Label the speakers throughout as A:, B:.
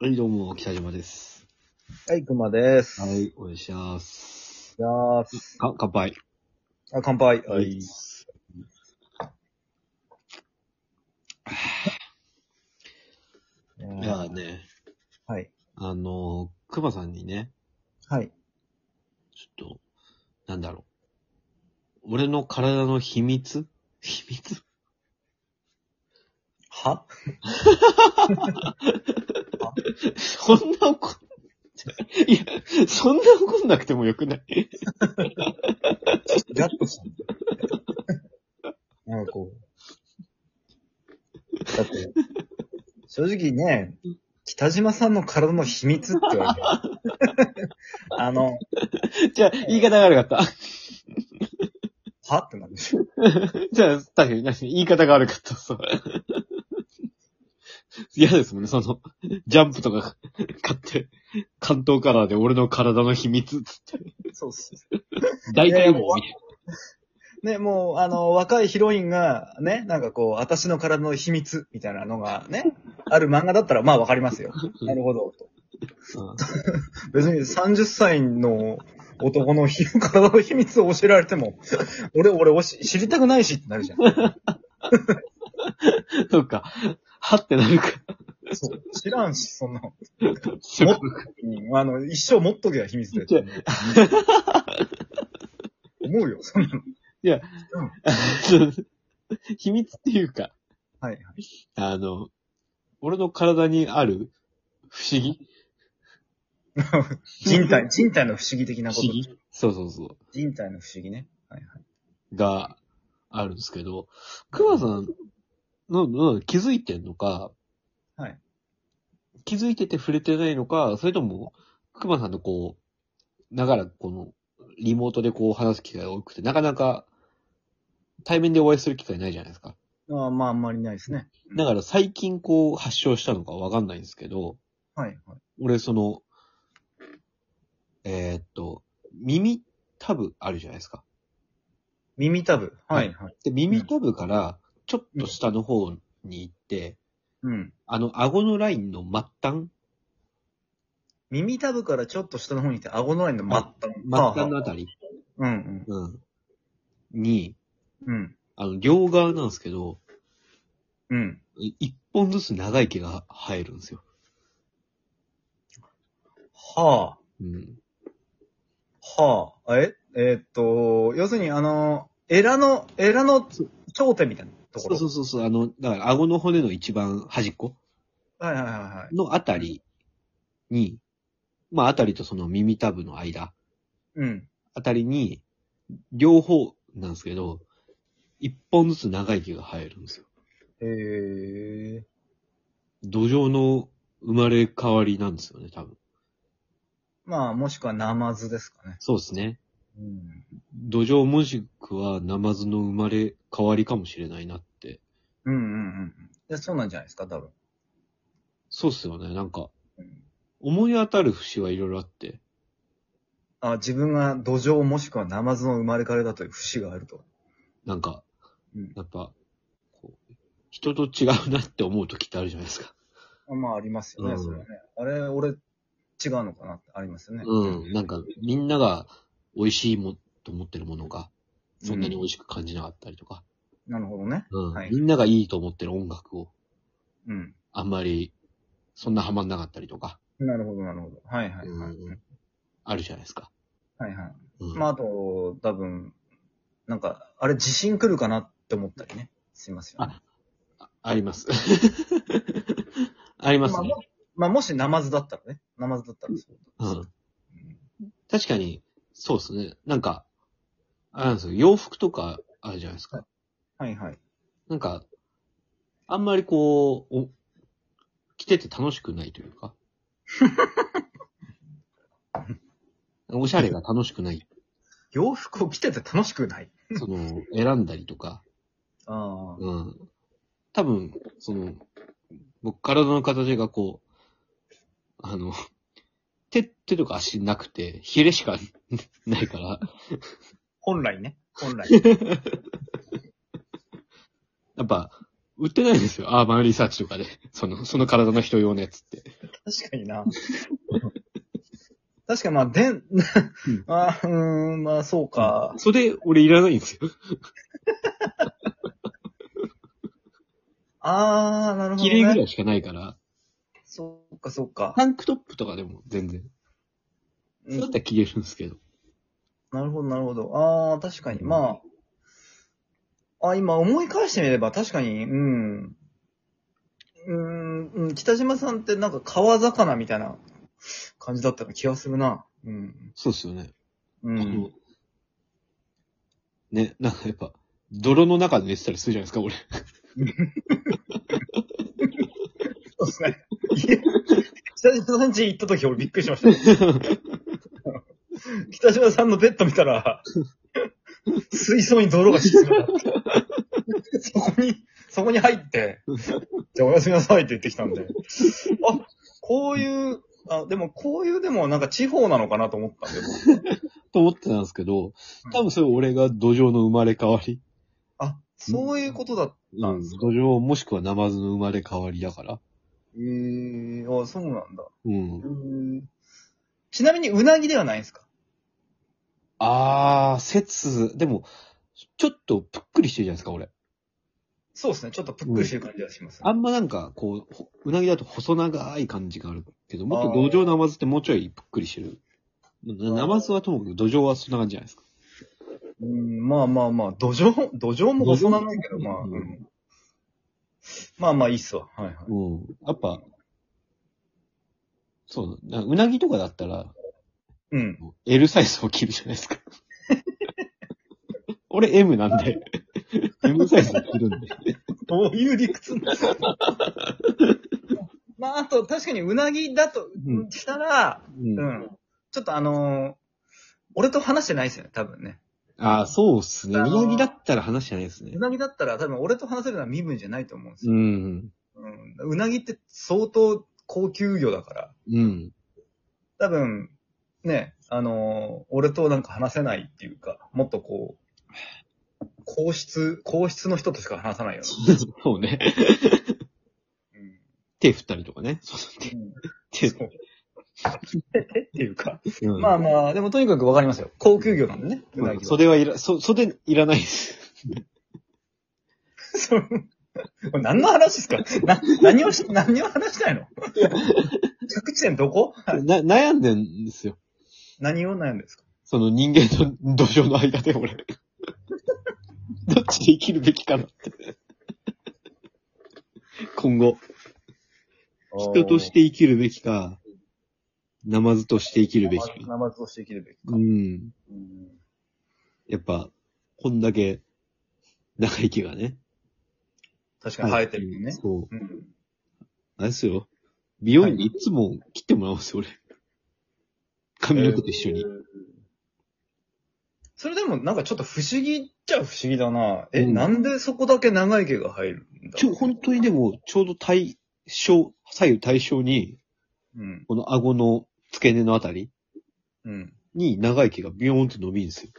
A: はい、どうも、北島です。
B: はい、熊です。。
A: はいい、お願いします。
B: やーす。
A: か、乾杯。
B: あ、乾杯。
A: はい。
B: うん
A: いやーね、
B: はい。
A: あのー、熊さんにね、
B: はい。
A: ちょっと、なんだろう。俺の体の秘密秘密
B: は
A: そんな怒ん、いや、そんな怒んなくてもよくない
B: ジャッとしたの。 なんかこう。だって、正直ね、北島さんの体の秘密って言われて。 あの、
A: じゃあ、言い方が悪かっ
B: はってなるでしょ。
A: た。じゃあ、確かに、確かに、言い方が悪かった。そう。嫌ですもんね、その、ジャンプとか買って、関東カラーで俺の体の秘密っつって。
B: そうっす。
A: 大体もう、
B: ね、もう、あの、若いヒロインが、ね、なんかこう、私の体の秘密みたいなのがね、ある漫画だったら、まあわかりますよ。なるほど、と。
A: うん
B: 別に30歳の男のひ体の秘密を教えられて も、俺、俺おし、知りたくないしってなるじゃん。
A: そっか。はってなるか。
B: そう知らんし、そんなの。
A: そうか
B: あの、一生持っとけば秘密で。 思うよ、そんなの。
A: 秘密っていうか、
B: はいはい。
A: あの、俺の体にある不思議
B: 人体、人体の不思議的
A: 不
B: なこ
A: 思
B: と。
A: 議そうそうそ
B: 人体の不思議ね。はいはい。
A: う。があるんですけど、熊さん、のの気づいてんのか、
B: はい。
A: 気づいてて触れてないのか、それとも、熊さんとこう、長らくこの、リモートでこう話す機会が多くて、なかなか、対面でお会いする機会ないじゃないですか。
B: あーまあ、あんまりないですね。
A: だから最近こう発症したのかわかんないんですけど、
B: はいはい。
A: 俺その、えーっと、耳タブあるじゃないですか。
B: 耳たぶ。はいはい。
A: で、耳タブからちょっと下の方に行って、
B: うん。
A: あの顎のラインの末端
B: 耳たぶからちょっと下の方に行って、顎のラインの末端。
A: 末端のあたり、
B: うん
A: うん、に、
B: うん。うん。
A: あの両側なんですけど、
B: うん。
A: い一本ずつ長い毛が生えるんですよ。
B: はあ。
A: うん。
B: はあ、ええーっと、要するに、あの、エラの、エラの頂点みたいなとこ
A: そう
B: ろ。
A: そうそうそう、あの、だから顎の骨の一番端っこ
B: はいはいはいはい。
A: のあたりに、まああたりとその耳たぶの間、
B: うん。
A: あたりに、両方なんですけど、一本ずつ長い毛が生えるんですよ。
B: えー、
A: 土壌の生まれ変わりなんですよね、多分。
B: まあ、もしくはナマズですかね。
A: そうですね。
B: うん。
A: 土壌もしくはナマズの生まれ変わりかもしれないなって。
B: うんうんうん。いや、そうなんじゃないですか、多分。
A: そうっすよね、なんか
B: うん。
A: 思い当たる節はいろいろあって。
B: あ自分が土壌もしくはナマズの生まれ変わりだという節があると。
A: なんか、
B: うん
A: やっぱ、こう、人と違うなって思う時ってあるじゃないですか。
B: あまあ、ありますよ
A: う
B: ね、
A: ん
B: それはね。あれ、俺、違うのかなってありますよね。
A: うん。なんか、みんなが美味しいも、と思ってるものが、そんなに美味しく感じなかったりとか、
B: なるほどね。
A: うん。
B: はい
A: みんながいいと思ってる音楽を、
B: うん。
A: あんまり、そんなハマんなかったりとか、
B: なるほど、なるほど。はいはいはい。
A: うんあるじゃないですか。
B: はいはい。
A: うん。
B: まあ、あと、多分、なんか、あれ地震来るかなって思ったりね。すいません。
A: あああります。 ありますね
B: まあ。もまあ、もしナマズだったらね。ナマズだったらそう。
A: うん。
B: うん
A: 確かに、そうですね。なんか、あれなんですよ。洋服とかあるじゃないですか。
B: はいはい。
A: なんか、あんまりこう、お着てて楽しくないという か。おしゃれが楽しくない。
B: 洋服を着てて楽しくない。
A: その、選んだりとか。
B: ああ。
A: うん。多分、その、僕、体の形がこう、あの、 手、手とか足なくて、ヒレしかないから、
B: 本来ね。本来。
A: やっぱ、売ってないんですよ。アーバンリサーチとかで。その、その体の人用のやつって。
B: 確かにな。確かにまあ、でん、 あーうーん、まあそうか。
A: それ、俺いらないんですよ。
B: あー、なるほど、ね。
A: 綺麗ぐらいしかないから。
B: そうか、そうか。
A: タンクトップとかでも全然。
B: う
A: そうんだったら着れるんですけど。
B: なるほど、なるほど。あー、確かに。まあ、あ、今思い返してみれば確かに、うん。うーん、うん北島さんってなんか川魚みたいな感じだったような気がするな。うん。
A: そうですよね。
B: う
A: あ
B: ん
A: の。ね、なんかやっぱ、泥の中で寝てたりするじゃないですか、俺。
B: そうですね。いや北島さん家行った時俺びっくりしました。北島さんのベッド見たら、水槽に泥が敷き詰めてあってそこに、そこに入って、じゃあおやすみなさいって言ってきたんで。あ、こういう、あ、でもこういうでもなんか地方なのかなと思ったんで。僕
A: と思ってたんですけど、多分それ俺が土壌の生まれ変わり。
B: あ、そういうことだ。
A: うん、土壌もしくはナマズの生まれ変わりだから。
B: えー、あ、そうなんだ。
A: うん。
B: うんちなみにうなぎではないんですか
A: あー、説、でも、ちょっとぷっくりしてるじゃないですか、俺。
B: そうですね。ちょっとぷっくりしてる感じがします、ね
A: あんまなんか、こうほ、うなぎだと細長い感じがあるけど、もっと土壌ナマズってもうちょいぷっくりしてる。なナマズはともかく土壌はそんな感じじゃないですか。
B: うん、まあまあまあ、土壌、土壌も細長いけど、まあ、
A: うん
B: うんまあまあいいっすわ。はいはい。
A: うん。やっぱ、そう、なうなぎとかだったら、
B: うん。
A: L サイズを着るじゃないですか。 俺 M なん で、M サイズを着るんで。
B: どういう理屈なんですか まあ、あと、確かにうなぎだと
A: うん、
B: したら、
A: うん
B: うん。ちょっとあのー俺と話してないですよね、多分ね。
A: ああ、そうっすね。
B: あ
A: う
B: のー
A: なぎだったら話じゃないですね
B: う。なぎだったら多分俺と話せるのは身分じゃないと思うんですよ。
A: うん。
B: うん。うなぎって相当高級魚だから、
A: うん。
B: 多分、ね、あのー俺となんか話せないっていうか、もっとこう、皇室、皇室の人としか話さないよ
A: そうね。
B: うな。うん
A: 手振ったりとかね。そうそう手、
B: そうええっていうか。
A: 手。うん、
B: まあまあ、でもとにかくわかりますよ。高級魚なんでね。うなぎは
A: 袖はいら、そ、袖いらないです。
B: そう これ何の話ですかな何をし、何を話したいの着地点どこ
A: な、悩んでんですよ。
B: 何を悩んでるんですか
A: その人間と土壌の間で 俺。どっちで生きるべきかなって。今後、人として生きるべきか、ナマズとして生きるべきか。
B: ナマズとして生きるべきか。
A: うん。
B: うん
A: やっぱ、こんだけ、長生きがね。
B: 確かに生えてるもんね。
A: そう。
B: うん
A: あれですよ。美容院でいつも切ってもらうんですよ、俺。髪の毛と一緒に。
B: えーそれでもなんかちょっと不思議っちゃ不思議だな。え、
A: うん
B: なんでそこだけ長い毛が入るんだ
A: ちょ、本当にでも、ちょうど対象、左右対称に、
B: うん。
A: この顎の付け根のあたり
B: うん。
A: に長い毛がビヨーンって伸びるんですよ。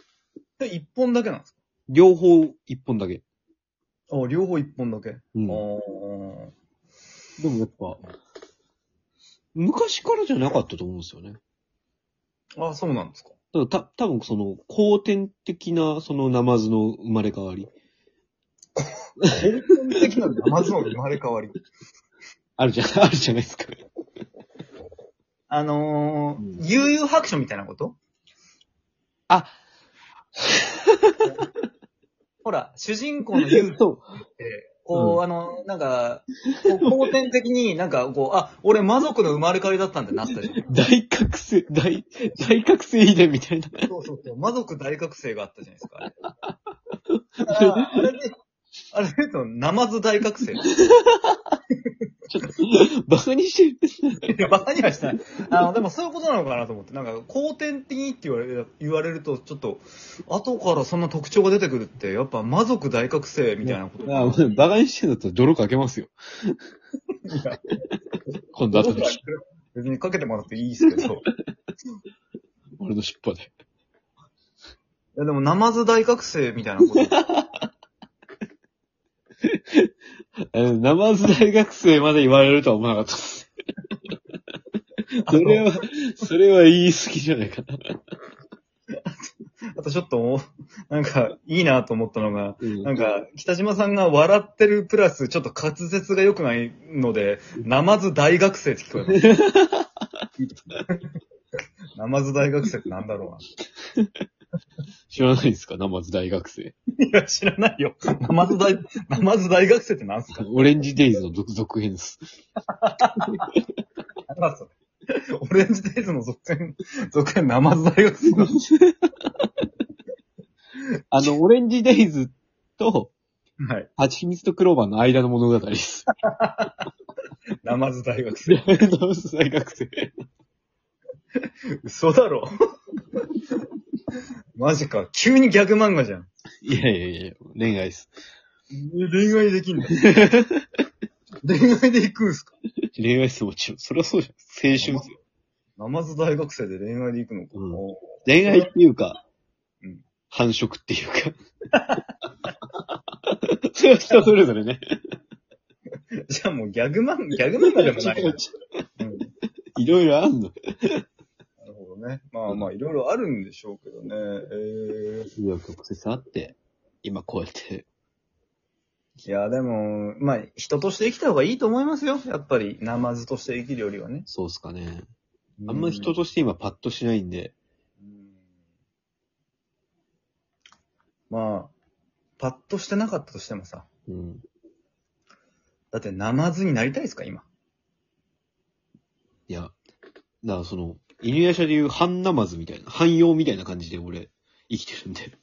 B: で、一本だけなんです
A: 両方一本だけ。
B: かあ、両方一本だけ。
A: うん。で
B: あ
A: も
B: ー
A: やっぱ、昔からじゃなかったと思うんですよね。
B: あ、そうなんですか。
A: だからた、多分その、後天的な、そのナマズの生まれ変わり。
B: 根本的なナマズの生まれ変わり。
A: あるじゃ、あるじゃないですか。
B: あの
A: うん
B: ー、悠々白書みたいなこと
A: あ
B: ほら、主人公の悠
A: そう。
B: って、こう、あの、なんか、こう後天的になんか、こう、あ、俺魔族の生まれ変わりだったんだなったじゃん。
A: 大覚醒、大、大覚醒遺伝みたいな。
B: そうそうそう。魔族大覚醒があったじゃないですか。あ れあれで、あれで、ナマズ大覚醒。い
A: ちょっと、バカにしてる。
B: や、バカにはしてない。あの、でもそういうことなのかなと思って、なんか、後天的にって言われる言われると、ちょっと、後からそんな特徴が出てくるって、やっぱ魔族大覚醒みたいなこと。
A: あバカにしてるんだったら泥かけますよ。今度後で、
B: 別にかけてもらっていいですけど。い
A: 俺の尻尾で。
B: や、でも、ナマズ大覚醒みたいなこと。
A: えーナマズ大学生まで言われるとは思わなかったです。それは、それは言い過ぎじゃないかな。
B: あとちょっとお、 なんか、いいなと思ったのが、
A: うん
B: なんか、北島さんが笑ってるプラス、ちょっと滑舌が良くないので、ナマズ大学生って聞こえます。 ナマズ大学生ってなんだろ
A: 知らないですかナマズ大学生。
B: うな。いや、知らないよ。ナマズ大、ナマズ大学生ってなんすか
A: オレンジデイズの続々編です。
B: なんだそれ。オレンジデイズの続編、続編ナマズ大学生なの
A: あの、オレンジデイズと、
B: はい。
A: 蜂蜜とクローバーの間の物語です。
B: ナマズ大学生。
A: ナマズ大学生。
B: 嘘だろ。 マジか。急にギャグ漫画じゃん。
A: いやいやいや、恋愛です。
B: 恋愛でき んの恋愛で行くんすか
A: 恋愛ですもちろん。それはそうじゃん。青春ですよ。
B: ナマズ大学生で恋愛で行くのか。
A: うん
B: おー
A: 恋愛っていうか
B: うん、
A: 繁殖っていうか。それは人それぞれね。
B: じゃあもうギャグマン、ギャグ漫画でも ないな。うん
A: いろいろあんの。
B: なるほどね。まあまあ、いろいろあるんでしょうけどね。えー、
A: いや、曲折あって、今こうやって。
B: いや、でも、まあ、人として生きた方がいいと思いますよ。やっぱり、ナマズとして生きるよりはね。
A: そうっすかね。あんま人として今パッとしないんで。
B: うんまあ、パッとしてなかったとしてもさ、
A: うん。
B: だってナマズになりたいですか、 今。
A: いや、だからその、犬やしゃでいう半ナマズみたいな、汎用みたいな感じで俺、生きてるんで。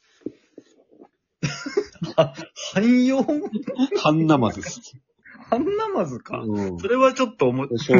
B: 汎用
A: 半ナマズっす。
B: 半ナマズか。
A: うん
B: それはちょっと思、
A: 小